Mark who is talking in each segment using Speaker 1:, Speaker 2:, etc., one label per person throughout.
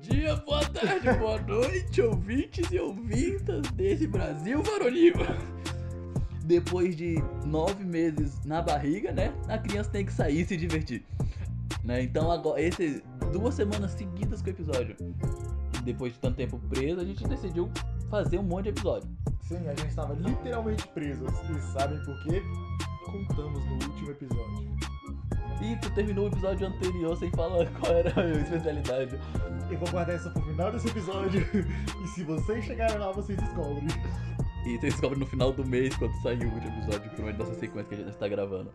Speaker 1: dia, boa tarde, boa noite, ouvintes e ouvintas desse Brasil varonil. Depois de nove meses na barriga, né? A criança tem que sair e se divertir. Né? Então, agora, esse, duas semanas seguidas com o episódio. Depois de tanto tempo preso, a gente decidiu fazer um monte de episódio.
Speaker 2: Sim, a gente estava literalmente presos. E sabem por quê? Contamos no último episódio.
Speaker 1: E tu terminou o episódio anterior sem falar qual era a minha especialidade.
Speaker 2: Eu vou guardar isso pro final desse episódio. E se vocês chegaram lá, vocês descobrem.
Speaker 1: E você descobre no final do mês quando sair o último episódio, que é dessa sequência que a gente está gravando.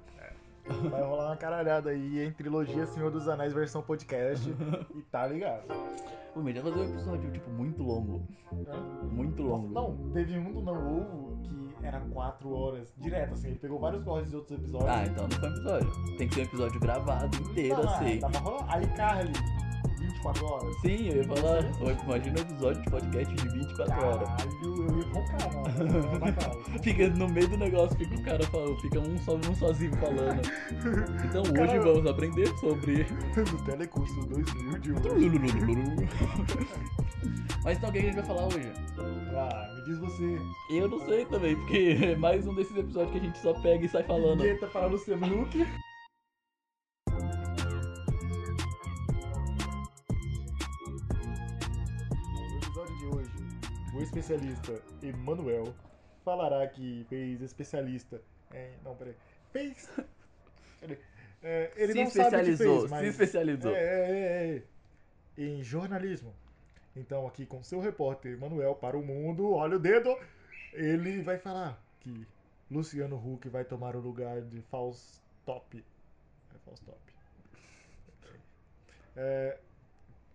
Speaker 2: Vai rolar uma caralhada aí em trilogia Senhor dos Anéis versão podcast. E tá ligado.
Speaker 1: Pô, mas já fazer um episódio, tipo, muito longo.
Speaker 2: Hã?
Speaker 1: Muito
Speaker 2: Nossa,
Speaker 1: longo.
Speaker 2: não, teve um do Não Ovo que era 4 horas direto, assim. Ele pegou vários cortes de outros episódios.
Speaker 1: Ah, então não foi um episódio. Tem que ter um episódio gravado inteiro,
Speaker 2: Tá lá,
Speaker 1: assim.
Speaker 2: Dá pra rolar. Aí, Carly, 24 horas.
Speaker 1: Sim, eu ia falar. eu Imagina um episódio de podcast de 24 horas.
Speaker 2: Caralho, eu ia roncar, mano. Na cara.
Speaker 1: Fica no meio do negócio, fica o cara falando, fica um, só, um sozinho falando. Então hoje
Speaker 2: Cara-
Speaker 1: vamos aprender sobre.
Speaker 2: No telecurso 2000 de hoje.
Speaker 1: Mas então o que a gente vai falar hoje?
Speaker 2: Ah, me diz você.
Speaker 1: Eu não sei também, porque é mais um desses episódios que a gente só pega e sai falando.
Speaker 2: Vinheta para Luciano Huck. No episódio de hoje, o especialista Emanuel falará que fez especialista em... Não, peraí. Fez... Peraí. É, ele
Speaker 1: se
Speaker 2: não
Speaker 1: especializou,
Speaker 2: sabe o que fez, mas...
Speaker 1: se especializou.
Speaker 2: É, é, é, é. Em jornalismo. Então, aqui com seu repórter Manuel para o mundo, olha o dedo, ele vai falar que Luciano Huck vai tomar o lugar de Faustop. É Faustop. É,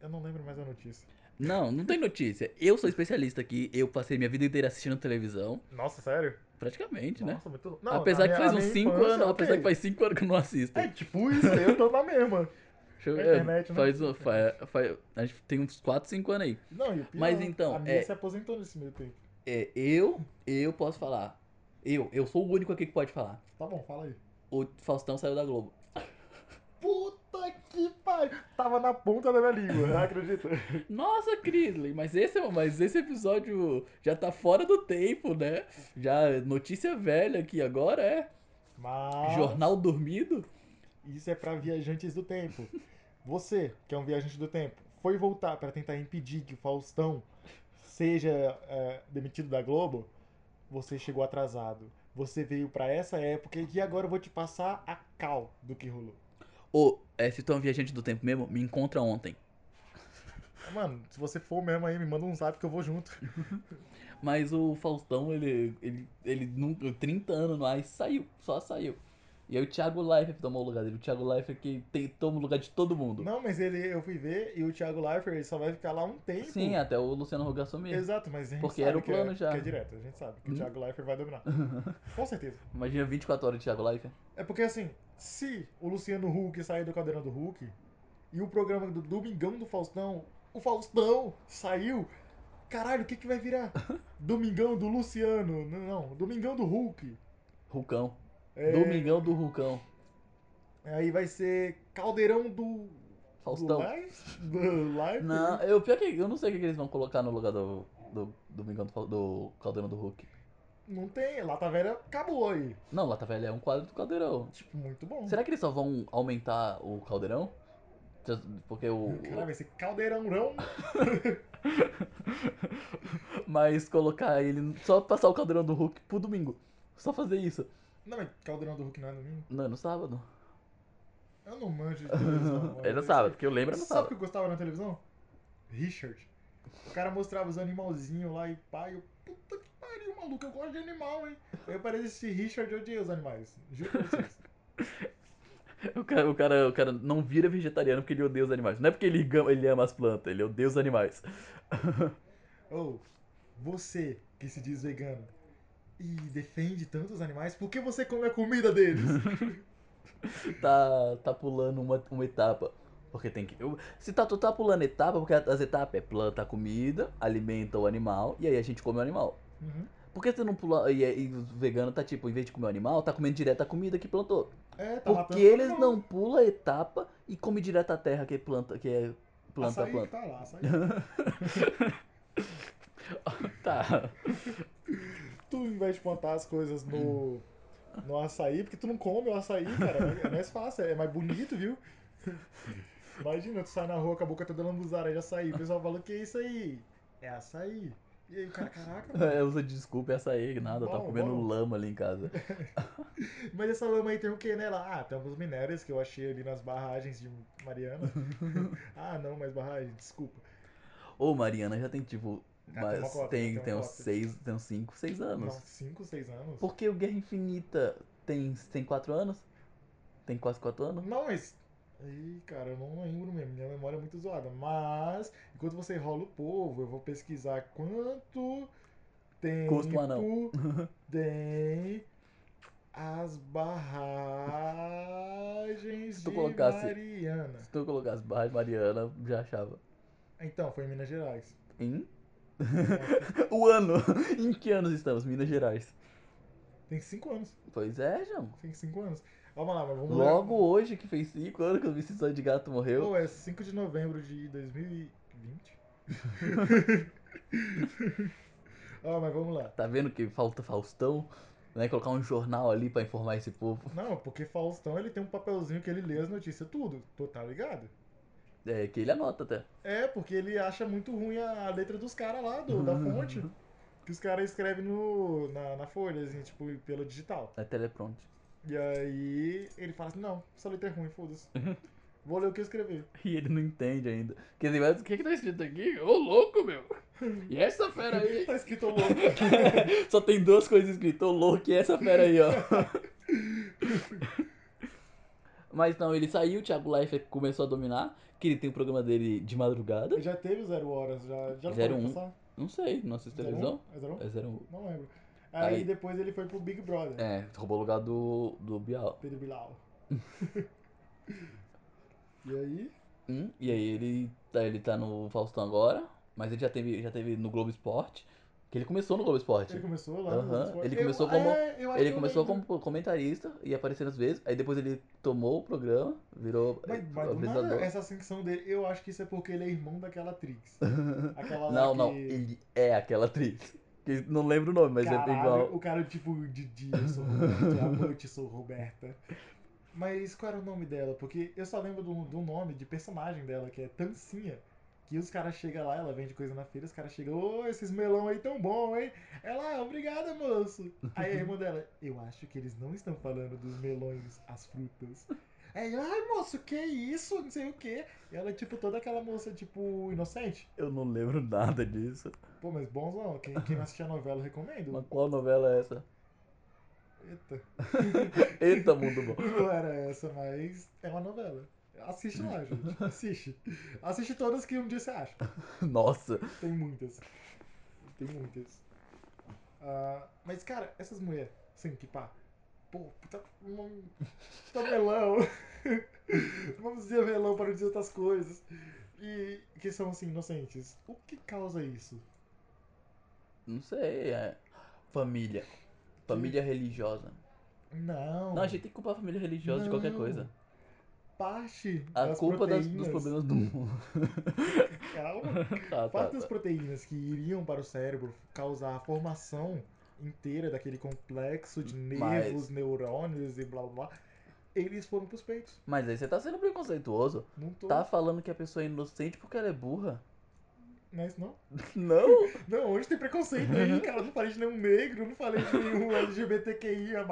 Speaker 2: eu não lembro mais a notícia.
Speaker 1: Não, não tem notícia. Eu sou especialista aqui, eu passei minha vida inteira assistindo televisão,
Speaker 2: Nossa, sério?
Speaker 1: praticamente, né?
Speaker 2: Nossa, muito... Não,
Speaker 1: apesar
Speaker 2: a
Speaker 1: que
Speaker 2: minha-
Speaker 1: faz
Speaker 2: a
Speaker 1: uns
Speaker 2: minha
Speaker 1: 5
Speaker 2: infância,
Speaker 1: anos,
Speaker 2: ok.
Speaker 1: apesar que faz 5 anos que eu não assisto.
Speaker 2: É tipo isso, eu tô na mesma.
Speaker 1: Deixa eu
Speaker 2: é
Speaker 1: ver,
Speaker 2: internet, né?
Speaker 1: faz, um- fa- fa- a gente tem uns 4, 5 anos aí.
Speaker 2: Não, e o pior,
Speaker 1: Mas então,
Speaker 2: a minha
Speaker 1: é-
Speaker 2: se aposentou nesse meio tempo.
Speaker 1: É, eu, eu posso falar. Eu, eu sou o único aqui que pode falar.
Speaker 2: Tá bom, fala aí.
Speaker 1: O Faustão saiu da Globo.
Speaker 2: Puta que pariu! Tava na ponta da minha língua, acredita?
Speaker 1: Nossa, Crisley, mas esse, é, mas esse episódio já tá fora do tempo, né? Já notícia velha aqui agora é
Speaker 2: Mas
Speaker 1: jornal dormido.
Speaker 2: isso é pra viajantes do tempo. Você, que é um viajante do tempo, foi voltar pra tentar impedir que o Faustão seja é, demitido da Globo, você chegou atrasado. Você veio pra essa época e agora eu vou te passar a cal do que rolou.
Speaker 1: Ô, é, se tu é um viajante do tempo mesmo, me encontra ontem.
Speaker 2: Mano, se você for mesmo aí, me manda um zap que eu vou junto.
Speaker 1: Mas o Faustão, ele, ele, ele nunca, 30 anos no ar e saiu, só saiu. E aí o Thiago Leifert tomou o lugar dele. O Thiago Leifert que tem, toma o lugar de todo mundo.
Speaker 2: Não, mas ele, eu fui ver e o Thiago Leifert ele só vai ficar lá um tempo.
Speaker 1: Sim, até o Luciano Huck assumir.
Speaker 2: Exato, mas a gente
Speaker 1: Porque
Speaker 2: sabe
Speaker 1: era o
Speaker 2: que
Speaker 1: plano
Speaker 2: é,
Speaker 1: já.
Speaker 2: que é direto, a gente sabe que
Speaker 1: Hum.
Speaker 2: o Thiago Leifert vai dominar. Com certeza.
Speaker 1: Imagina 24 horas de Thiago Leifert.
Speaker 2: É porque assim, se o Luciano Huck sair do cadeirão do Huck e o programa do Domingão do Faustão, o Faustão saiu, caralho, o que que vai virar? Domingão do Luciano, não, não, Domingão do Hulk.
Speaker 1: Rucão.
Speaker 2: É,
Speaker 1: Domingão do Rucão.
Speaker 2: Aí vai ser Caldeirão do...
Speaker 1: Faustão.
Speaker 2: Do Life? Do Life?
Speaker 1: Não, eu, pior que eu não sei o que que eles vão colocar no lugar do, do Domingão do, Fal- do Caldeirão do Hulk.
Speaker 2: Não tem, Lata Velha acabou aí.
Speaker 1: Não, Lata Velha é um quadro do Caldeirão.
Speaker 2: Tipo, muito bom.
Speaker 1: Será que eles só vão aumentar o Caldeirão? Just- Porque o.
Speaker 2: Caralho, vai ser Caldeirãorão.
Speaker 1: Mas colocar ele. Só passar o Caldeirão do Hulk pro domingo. Só fazer isso.
Speaker 2: Não, mas Caldeirão do Hulk não é domingo?
Speaker 1: Não, é no sábado.
Speaker 2: Eu não manjo de televisão.
Speaker 1: É
Speaker 2: mano.
Speaker 1: no sábado, porque eu lembro é no
Speaker 2: Sabe o
Speaker 1: sábado.
Speaker 2: que eu gostava na televisão? Richard. O cara mostrava os animalzinhos lá e pai, eu. Puta que pariu, maluco, eu gosto de animal, hein? Aí aparece esse Richard e odeia os animais. Juro pra vocês.
Speaker 1: O cara, o, cara, o cara não vira vegetariano porque ele odeia os animais. Não é porque ele, gama- ele ama as plantas, ele odeia os animais.
Speaker 2: Ou, você que se diz vegano e defende tantos animais, por que você come a comida deles?
Speaker 1: tá, tá pulando uma, uma etapa. Porque tem que. eu- se tá, tu tá pulando etapa, porque as etapas é planta a comida, alimenta o animal, e aí a gente come o animal.
Speaker 2: Uhum.
Speaker 1: Por que você não pula. E, e os veganos tá tipo, em vez de comer o animal, tá comendo direto a comida que plantou.
Speaker 2: É, tá
Speaker 1: Por
Speaker 2: matando
Speaker 1: que eles
Speaker 2: animal.
Speaker 1: não pulam a etapa e comem direto a terra que planta, que é Planta,
Speaker 2: açaí
Speaker 1: planta.
Speaker 2: que tá lá, açaí.
Speaker 1: Tá.
Speaker 2: tu invés de plantar as coisas no, no açaí, porque tu não come o açaí, cara. É mais fácil, é mais bonito, viu? Imagina, tu sai na rua com a boca toda lambuzada de açaí. O pessoal fala, que é isso aí? É açaí. E aí o cara, caraca, mano.
Speaker 1: É, usa de desculpa essa aí, nada. Eu tava
Speaker 2: Bom,
Speaker 1: comendo
Speaker 2: bom.
Speaker 1: lama ali em casa.
Speaker 2: Mas essa lama aí tem o quê nela? Ah, tem alguns minérios que eu achei ali nas barragens de Mariana. ah, não, mas barragem, desculpa.
Speaker 1: Ô, Mariana, já tem tipo.
Speaker 2: Ah,
Speaker 1: mas
Speaker 2: uma cota,
Speaker 1: tem,
Speaker 2: tem uma
Speaker 1: tem uns
Speaker 2: cota.
Speaker 1: seis, tem uns cinco, seis
Speaker 2: Não,
Speaker 1: anos.
Speaker 2: 5, 6 anos?
Speaker 1: Porque o Guerra Infinita tem, tem quatro anos? Tem quase quatro anos?
Speaker 2: Não, mas. Ih, cara, eu não lembro mesmo. Minha memória é muito zoada. Mas, enquanto você rola o povo, eu vou pesquisar quanto tempo
Speaker 1: Custa um anão.
Speaker 2: tem as barragens
Speaker 1: Se tu
Speaker 2: de
Speaker 1: colocasse-
Speaker 2: Mariana.
Speaker 1: Se tu colocasse barra de Mariana, já achava.
Speaker 2: Então, foi em Minas Gerais.
Speaker 1: Em?
Speaker 2: Então,
Speaker 1: O ano! em que anos estamos? Minas Gerais.
Speaker 2: tem 5 anos.
Speaker 1: Pois é, João.
Speaker 2: Tem 5 anos. Vamos lá, mas vamos lá.
Speaker 1: Logo hoje, que fez cinco anos que o Vicissão de Gato morreu.
Speaker 2: Pô, é 5 de novembro de 2020? Ó, mas vamos lá.
Speaker 1: Tá vendo que falta Faustão? Né? Colocar um jornal ali pra informar esse povo.
Speaker 2: Não, porque Faustão ele tem um papelzinho que ele lê as notícias tudo, tu tá ligado?
Speaker 1: É, que ele anota até.
Speaker 2: É, porque ele acha muito ruim a, a letra dos caras lá, do, da
Speaker 1: Uhum.
Speaker 2: fonte. Que os caras escrevem no, na, na folha, assim, tipo, pelo digital.
Speaker 1: É teleprompt.
Speaker 2: E aí ele fala assim, não, essa letra é ruim, foda-se. Vou ler o que eu escrevi.
Speaker 1: E ele não entende ainda. Quer dizer, mas o que que tá escrito aqui? Ô louco, meu! E essa fera aí?
Speaker 2: Tá escrito louco.
Speaker 1: Só tem duas coisas escritas, ô louco e essa fera aí, ó. Mas não, ele saiu, o Thiago Leifert começou a dominar, que ele tem o programa dele de madrugada.
Speaker 2: Já teve zero horas, já, já não
Speaker 1: Zero
Speaker 2: pode
Speaker 1: um.
Speaker 2: passar?
Speaker 1: Não sei, não assisto
Speaker 2: Zero um?
Speaker 1: televisão.
Speaker 2: É zero um?
Speaker 1: É zero um.
Speaker 2: Não lembro. Aí,
Speaker 1: Aí.
Speaker 2: depois ele foi pro Big Brother,
Speaker 1: É, roubou o lugar do, do Bial.
Speaker 2: Pedro Bilau. e aí,
Speaker 1: Hum, e aí ele tá, ele tá no Faustão agora, mas ele já teve, já teve no Globo Esporte, que ele começou no Globo Esporte.
Speaker 2: ele começou lá
Speaker 1: Aham,
Speaker 2: no Sport.
Speaker 1: ele
Speaker 2: Eu-
Speaker 1: começou como-
Speaker 2: é, eu acho que
Speaker 1: Ele
Speaker 2: eu
Speaker 1: começou
Speaker 2: lembro.
Speaker 1: como comentarista e aparecendo às vezes, aí depois ele tomou o programa, virou
Speaker 2: Mas, mas do nada,
Speaker 1: apresentador.
Speaker 2: essa ascensão dele, eu acho que isso é porque ele é irmão daquela Trix. Aquela lá
Speaker 1: Não,
Speaker 2: que...
Speaker 1: não, ele é aquela atriz. Que não lembro o nome, mas é
Speaker 2: Caralho,
Speaker 1: igual.
Speaker 2: O cara tipo, Didi, eu sou Roberto, à noite eu sou Roberta. Mas qual era o nome dela? Porque eu só lembro do, do nome de personagem dela, que é Tancinha. Que os caras chegam lá, ela vende coisa na feira, os caras chegam, ô, esses melão aí tão bom, hein? Ela, "Ah, obrigada, moço. Aí a irmã dela, eu acho que eles não estão falando dos melões, as frutas. Aí, ai, moço, que isso? Não sei o quê. E ela, tipo, toda aquela moça, tipo, inocente.
Speaker 1: Eu não lembro nada disso.
Speaker 2: Pô, mas bonzão, quem, quem não assistir a novela, eu recomendo.
Speaker 1: Mas qual novela é essa?
Speaker 2: Eita.
Speaker 1: Eita, mundo bom.
Speaker 2: Não era essa, mas é uma novela. Assiste lá, gente. Assiste. Assiste todas que um dia você acha.
Speaker 1: Nossa.
Speaker 2: Tem muitas. Tem muitas. Ah, mas, cara, essas mulheres, assim, que pá. Pô, puta. hum, Puta melão. Vamos dizer melão para dizer outras coisas. E que são, assim, inocentes. O que causa isso?
Speaker 1: Não sei, é. Família. Família religiosa.
Speaker 2: Não.
Speaker 1: Não, a gente tem que culpar a família religiosa de qualquer
Speaker 2: Não.
Speaker 1: coisa.
Speaker 2: Parte
Speaker 1: A
Speaker 2: das
Speaker 1: culpa das-
Speaker 2: proteínas.
Speaker 1: dos problemas do mundo.
Speaker 2: Calma.
Speaker 1: tá, tá,
Speaker 2: Parte das
Speaker 1: tá.
Speaker 2: proteínas que iriam para o cérebro causar a formação inteira daquele complexo de
Speaker 1: Mas-
Speaker 2: nervos, neurônios e blá blá blá, eles foram pros peitos.
Speaker 1: Mas aí você tá sendo preconceituoso.
Speaker 2: Não tô.
Speaker 1: Tá falando que a pessoa é inocente porque ela é burra.
Speaker 2: Mas não.
Speaker 1: Não!
Speaker 2: Não, hoje tem preconceito
Speaker 1: Uhum.
Speaker 2: aí, cara. Eu Não falei de nenhum negro, não falei de nenhum LGBTQIA.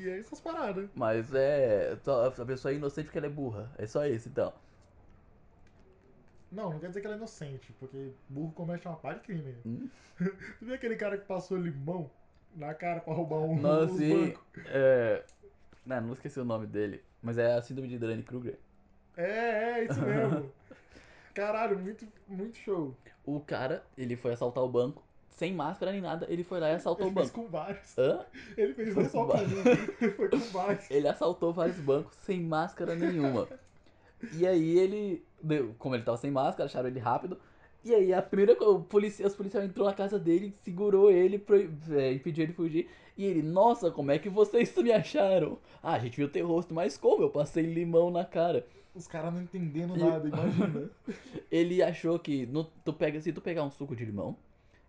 Speaker 2: E é essas paradas.
Speaker 1: Mas é. só- A pessoa é inocente porque ela é burra. É só isso, então.
Speaker 2: Não, não quer dizer que ela é inocente, porque burro comete uma par de crime.
Speaker 1: Hum?
Speaker 2: Tu viu aquele cara que passou limão na cara pra roubar um,
Speaker 1: Não,
Speaker 2: um
Speaker 1: assim.
Speaker 2: banco?
Speaker 1: É. Não, não esqueci o nome dele. Mas é a síndrome de Danny Kruger.
Speaker 2: É, é, isso mesmo. Caralho, muito, muito show.
Speaker 1: O cara, ele foi assaltar o banco, sem máscara nem nada, ele foi lá e assaltou o
Speaker 2: Ele fez
Speaker 1: banco.
Speaker 2: com vários.
Speaker 1: Hã?
Speaker 2: Ele fez
Speaker 1: Foi
Speaker 2: não só
Speaker 1: com
Speaker 2: com um, foi com vários.
Speaker 1: Ele assaltou vários bancos sem máscara nenhuma. E aí ele. deu- Como ele tava sem máscara, acharam ele rápido. E aí a primeira co- o policia, os policiais entrou na casa dele, segurou ele, pro- é, impediu ele de fugir. E ele, nossa, como é que vocês me acharam? Ah, a gente viu teu rosto, mas como? Eu passei limão na cara.
Speaker 2: Os caras não entendendo
Speaker 1: E-
Speaker 2: nada, imagina.
Speaker 1: Ele achou que no- tu pega, se tu pegar um suco de limão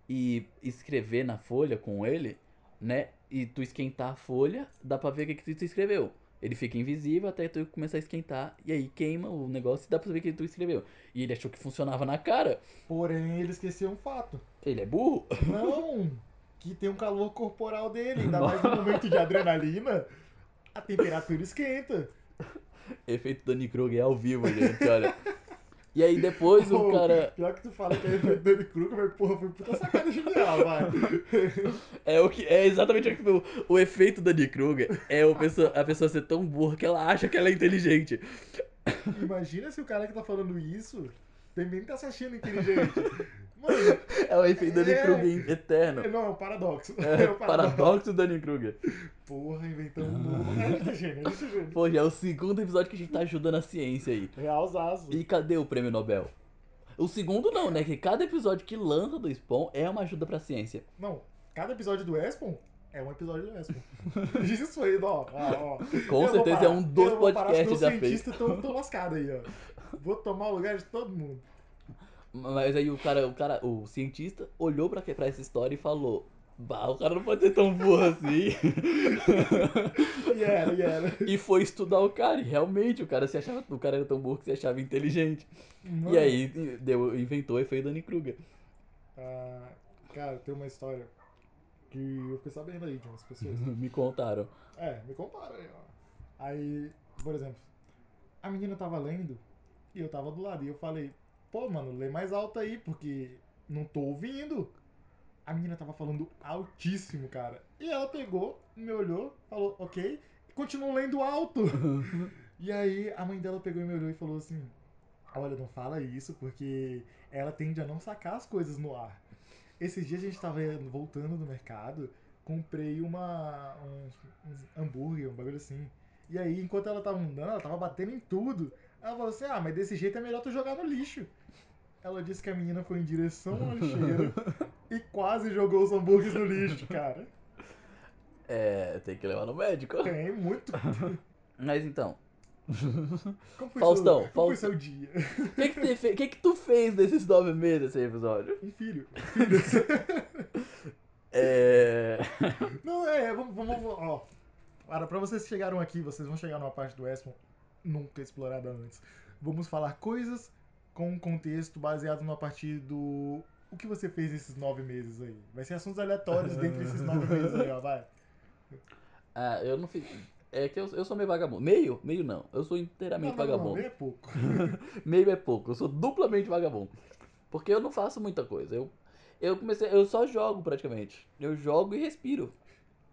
Speaker 1: e escrever na folha com ele, né? E tu esquentar a folha, dá pra ver o que, que tu escreveu. Ele fica invisível até tu começar a esquentar. E aí queima o negócio e dá pra ver o que tu escreveu. E ele achou que funcionava na cara.
Speaker 2: Porém, ele esqueceu um fato.
Speaker 1: Ele é burro.
Speaker 2: Não! Que tem um calor corporal dele, ainda mais no momento de adrenalina, a temperatura esquenta.
Speaker 1: Efeito Danny Kruger ao vivo, gente, olha. E aí depois o
Speaker 2: Pô,
Speaker 1: cara.
Speaker 2: Pior que tu fala que é do Danny Kruger, mas porra, foi puta sacada genial, vai.
Speaker 1: É, o que, é exatamente o, que, o, o efeito Danny Kruger. É o pessoa- a pessoa ser tão burra que ela acha que ela é inteligente.
Speaker 2: Imagina se o cara que tá falando isso também tá se achando inteligente. Mano,
Speaker 1: É o efeito Danny
Speaker 2: É.
Speaker 1: Kruger eterno.
Speaker 2: é- não, é um paradoxo.
Speaker 1: É,
Speaker 2: É um paradoxo.
Speaker 1: paradoxo Danny Kruger.
Speaker 2: Porra, inventamos um novo. É muito gênio, é muito gênio.
Speaker 1: Pô, já é o segundo episódio que a gente tá ajudando a ciência aí.
Speaker 2: Realzaço.
Speaker 1: E cadê o prêmio Nobel? O segundo não, né? Que cada episódio que lança do Spawn é uma ajuda pra ciência.
Speaker 2: Não, cada episódio do Espon é um episódio do Espon. Diz isso aí, ó. ó, ó.
Speaker 1: Com
Speaker 2: Eu vou
Speaker 1: certeza é
Speaker 2: parar.
Speaker 1: um dos
Speaker 2: Eu vou parar,
Speaker 1: podcasts
Speaker 2: senão
Speaker 1: já
Speaker 2: os
Speaker 1: feitos.
Speaker 2: cientistas tão, tão lascados aí, ó. Vou tomar o lugar de todo mundo.
Speaker 1: Mas aí o cara, o cara, o cientista olhou pra, que- pra essa história e falou: Bah, o cara não pode ser tão burro assim.
Speaker 2: E era, e era.
Speaker 1: e foi estudar o cara. E realmente o cara se achava. O cara era tão burro que se achava inteligente.
Speaker 2: Mano,
Speaker 1: E aí deu, inventou e foi Danny Kruger.
Speaker 2: ah, cara, tem uma história que eu fiquei sabendo aí de umas pessoas.
Speaker 1: Me contaram.
Speaker 2: É, me compara aí, ó. Aí, por exemplo, a menina tava lendo e eu tava do lado. E eu falei, pô, mano, lê mais alto aí, porque não tô ouvindo. A menina tava falando altíssimo, cara. E ela pegou, me olhou, falou, ok, e continuou lendo alto. e aí a mãe dela pegou e me olhou e falou assim: Olha, não fala isso, porque ela tende a não sacar as coisas no ar. Esses dias a gente tava voltando do mercado, comprei uma. um uns, uns hambúrguer, um bagulho assim. E aí, enquanto ela tava andando, ela tava batendo em tudo. Ela falou assim: Ah, mas desse jeito é melhor tu jogar no lixo. Ela disse que a menina foi em direção ao lixeiro e quase jogou os hambúrgueres no lixo, cara.
Speaker 1: É, tem que levar no médico.
Speaker 2: Tem muito.
Speaker 1: Mas então,
Speaker 2: Como foi
Speaker 1: Faustão,
Speaker 2: seu, como
Speaker 1: Faustão.
Speaker 2: foi seu dia?
Speaker 1: o que, que, te fe- que que tu fez nesses nove meses esse episódio?
Speaker 2: Um filho.
Speaker 1: É.
Speaker 2: Não, é, é, vamos, vamos, vamos, ó. Para, pra vocês que chegaram aqui, vocês vão chegar numa parte do Espon nunca explorada antes. Vamos falar coisas com um contexto baseado numa partir do... O que você fez nesses nove meses aí? Vai ser assuntos aleatórios dentro desses nove meses aí, ó, vai.
Speaker 1: Ah, eu não fiz. É que eu, eu sou meio vagabundo. Meio? Tá Meio não. Eu sou inteiramente
Speaker 2: Não, não, não,
Speaker 1: vagabundo.
Speaker 2: bem é pouco.
Speaker 1: Meio é pouco, eu sou duplamente vagabundo. Porque eu não faço muita coisa. Eu, eu comecei, eu só jogo praticamente. Eu jogo e respiro.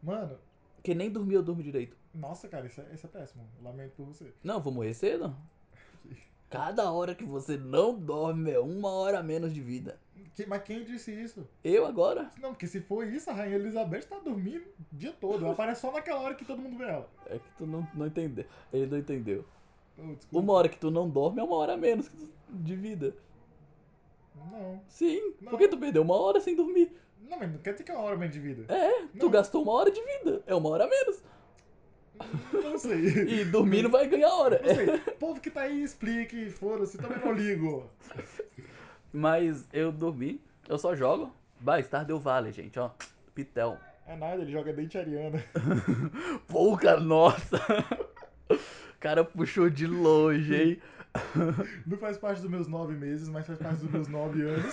Speaker 2: Mano,
Speaker 1: Porque nem dormir eu durmo direito.
Speaker 2: nossa, cara, isso é, isso é péssimo. Lamento por você.
Speaker 1: Não, eu vou morrer cedo? Cada hora que você não dorme é uma hora a menos de vida.
Speaker 2: Que- mas quem disse isso?
Speaker 1: Eu agora?
Speaker 2: Não, porque se for isso, a Rainha Elizabeth tá dormindo o dia todo. Ela aparece só naquela hora que todo mundo vê ela.
Speaker 1: É que tu não, não entendeu. Ele não entendeu.
Speaker 2: Oh, desculpa.
Speaker 1: Uma hora que tu não dorme é uma hora a menos de vida. Um
Speaker 2: Não.
Speaker 1: Sim.
Speaker 2: Não.
Speaker 1: Porque tu perdeu uma hora sem dormir.
Speaker 2: Não, mas não quer dizer que é uma hora menos de vida.
Speaker 1: É, tu
Speaker 2: Não.
Speaker 1: gastou uma hora de vida. É uma hora a menos.
Speaker 2: Não sei.
Speaker 1: E dormir não vai ganhar hora.
Speaker 2: Não sei. assim, Povo que tá aí, explique, foda-se, também não ligo.
Speaker 1: Mas eu dormi, eu só jogo. Vai, Stardew Valley, gente, ó. Pitel.
Speaker 2: É nada, ele joga dente ariana.
Speaker 1: Pô, cara, nossa! O cara puxou de longe, hein?
Speaker 2: Não faz parte dos meus nove meses, mas faz parte dos meus nove anos.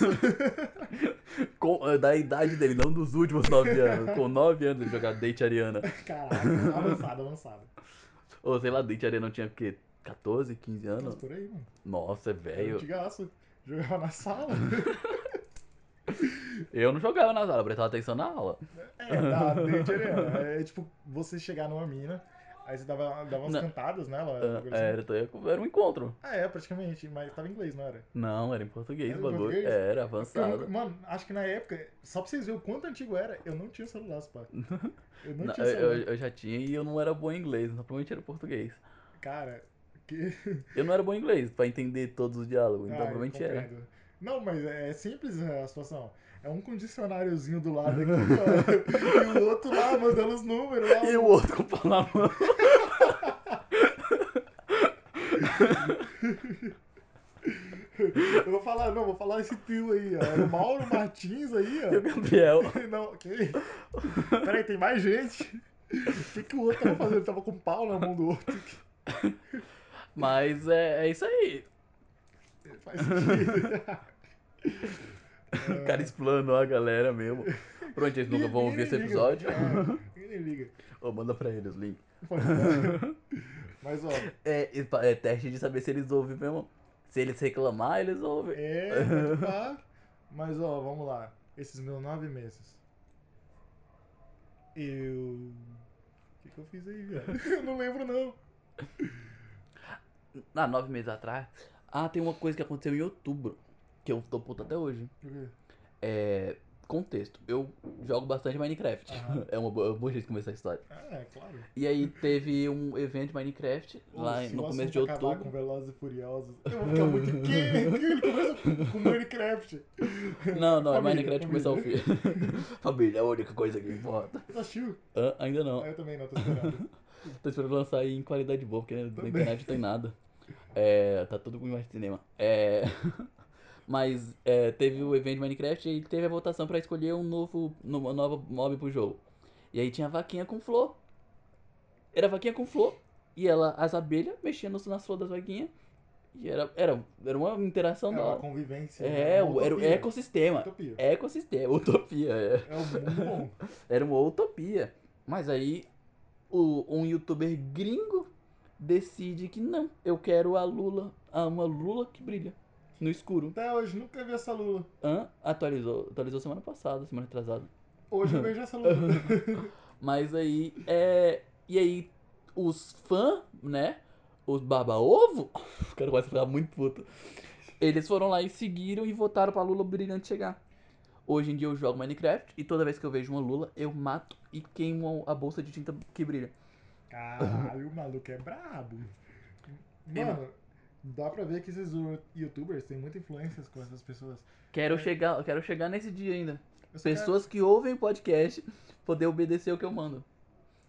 Speaker 1: Com- eh, da idade dele, não dos últimos nove anos. Com nove anos ele jogava Date Ariana.
Speaker 2: Caraca, avançado, avançado.
Speaker 1: Ou sei lá, Date Ariana tinha o quê? 14, 15
Speaker 2: Mas
Speaker 1: anos?
Speaker 2: por aí, mano.
Speaker 1: Nossa,
Speaker 2: Era
Speaker 1: velho.
Speaker 2: antigaço. Jogava na sala.
Speaker 1: Eu não jogava na sala, prestava atenção na aula.
Speaker 2: É, dá, dente ariana. É tipo, você chegar numa mina, aí você dava, dava umas
Speaker 1: Não.
Speaker 2: cantadas nela.
Speaker 1: Ah,
Speaker 2: bagulho assim.
Speaker 1: Era, era um encontro.
Speaker 2: Ah, é, praticamente. Mas tava em inglês, não era?
Speaker 1: Não, era em português
Speaker 2: Era
Speaker 1: o
Speaker 2: em
Speaker 1: bagulho.
Speaker 2: português?
Speaker 1: Era
Speaker 2: Porque eu nunca-
Speaker 1: avançado.
Speaker 2: mano, acho que na época, só pra vocês verem o quanto antigo era, eu não tinha celular, pá. Eu não,
Speaker 1: Não,
Speaker 2: tinha
Speaker 1: eu,
Speaker 2: celular.
Speaker 1: eu já tinha e eu não era bom em inglês, então provavelmente era português.
Speaker 2: Cara, que.
Speaker 1: Eu não era bom em inglês pra entender todos os diálogos, então
Speaker 2: Ah, eu
Speaker 1: provavelmente era.
Speaker 2: compreendo. Não, mas é simples a situação. É um condicionáriozinho do lado aqui, ó, e o outro lá mandando os números. Lá.
Speaker 1: E o outro com palavra.
Speaker 2: falar, não, vou falar esse trio aí, ó. Era o Mauro Martins aí,
Speaker 1: E o
Speaker 2: ó.
Speaker 1: Gabriel.
Speaker 2: Não, ok. Peraí, tem mais gente. O que, que o outro tava fazendo? Ele tava com um pau na mão do outro.
Speaker 1: Mas é, é isso aí.
Speaker 2: Faz sentido.
Speaker 1: O cara explanou a galera mesmo. Pronto, eles nunca vão
Speaker 2: É. Ninguém
Speaker 1: ouvir esse
Speaker 2: liga.
Speaker 1: episódio.
Speaker 2: É, Ninguém nem liga.
Speaker 1: Ô, manda pra eles o link.
Speaker 2: Mas, ó,
Speaker 1: É, e pa- é teste de saber se eles ouvem mesmo. Se eles reclamar, eles ouvem.
Speaker 2: é, pode pá. Mas, ó, vamos lá. Esses meus nove meses. Eu. O que, que eu fiz aí, velho? Eu não lembro, não.
Speaker 1: Ah, nove meses atrás. Ah, tem uma coisa que aconteceu em outubro. Que eu tô puto até hoje. É. Contexto. Eu jogo bastante Minecraft.
Speaker 2: Aham.
Speaker 1: É uma boa, boa jeito de começar a história.
Speaker 2: Ah, é claro.
Speaker 1: E aí teve um evento de Minecraft lá
Speaker 2: Se
Speaker 1: no
Speaker 2: o
Speaker 1: começo
Speaker 2: assunto
Speaker 1: de
Speaker 2: acabar
Speaker 1: outubro.
Speaker 2: com Velozes e Furiosos. Eu vou ficar muito quente. Ele começa com Minecraft.
Speaker 1: Não, não, é
Speaker 2: Família,
Speaker 1: Minecraft começou ao fim. família é a única coisa que importa.
Speaker 2: Você assistiu?
Speaker 1: Hã? ainda não.
Speaker 2: Ah, eu também não, tô esperando.
Speaker 1: Tô esperando lançar aí em qualidade boa, porque né, na
Speaker 2: Também.
Speaker 1: internet não tem nada. É, tá tudo com imagem de cinema. É, mas é, teve o evento de Minecraft e teve a votação pra escolher um novo, uma nova mob pro jogo. E aí tinha a vaquinha com flor. Era a vaquinha com flor e ela, as abelhas, mexendo nas flores das vaquinhas. E era, era, era uma interação
Speaker 2: É
Speaker 1: da
Speaker 2: uma
Speaker 1: hora.
Speaker 2: convivência.
Speaker 1: É,
Speaker 2: né? Uma
Speaker 1: era o
Speaker 2: utopia.
Speaker 1: ecossistema.
Speaker 2: Utopia.
Speaker 1: Ecossistema, utopia, é.
Speaker 2: É um mundo bom.
Speaker 1: Era uma utopia. Mas aí o- um youtuber gringo decide que não, eu quero a Lula, a uma Lula que brilha no escuro.
Speaker 2: Até hoje nunca vi essa Lula.
Speaker 1: Hã? Atualizou, atualizou semana passada, semana atrasada.
Speaker 2: Hoje eu vejo essa Lula.
Speaker 1: Mas aí é, e aí os fãs, né? Os baba-ovo, o cara vai ficar muito puto. Eles foram lá e seguiram e votaram pra Lula brilhante chegar. Hoje em dia eu jogo Minecraft e toda vez que eu vejo uma Lula, eu mato e queimo a bolsa de tinta que brilha.
Speaker 2: Caralho, o maluco é brabo. Mano, dá pra ver que esses youtubers têm muita influência com essas pessoas.
Speaker 1: Quero chegar, quero chegar nesse dia ainda.
Speaker 2: Eu só
Speaker 1: Pessoas que ouvem o podcast poder obedecer o que eu mando.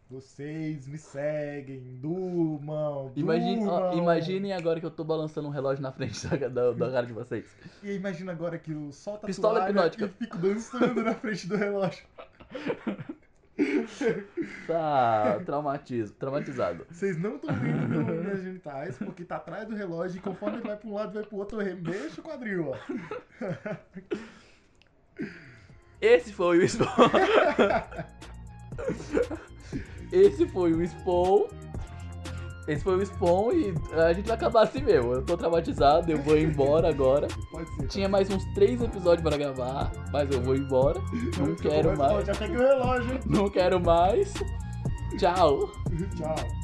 Speaker 2: quero- Vocês me seguem, durmam,
Speaker 1: Imagine, ó,
Speaker 2: durmam.
Speaker 1: imaginem agora que eu tô balançando um relógio na frente da, da, da cara de vocês.
Speaker 2: E imagina agora que eu solto a
Speaker 1: Pistola
Speaker 2: toalha
Speaker 1: hipnótica.
Speaker 2: e fico dançando na frente do relógio.
Speaker 1: Tá, traumatizo, traumatizado.
Speaker 2: Vocês não estão vendo pelo meus genitais, porque tá atrás do relógio e conforme ele vai pra um lado e vai pro outro, eu remexo o quadril, ó.
Speaker 1: Esse foi o Spawn. Esse foi o Spawn. Esse foi o Spawn e a gente vai acabar assim mesmo. Eu tô traumatizado, eu vou embora agora.
Speaker 2: Pode ser.
Speaker 1: Tinha mais uns três episódios pra gravar, mas eu vou embora. Não
Speaker 2: Eu
Speaker 1: quero
Speaker 2: começo a falar,
Speaker 1: mais.
Speaker 2: Já peguei o relógio, hein?
Speaker 1: Não quero mais. Tchau.
Speaker 2: Tchau.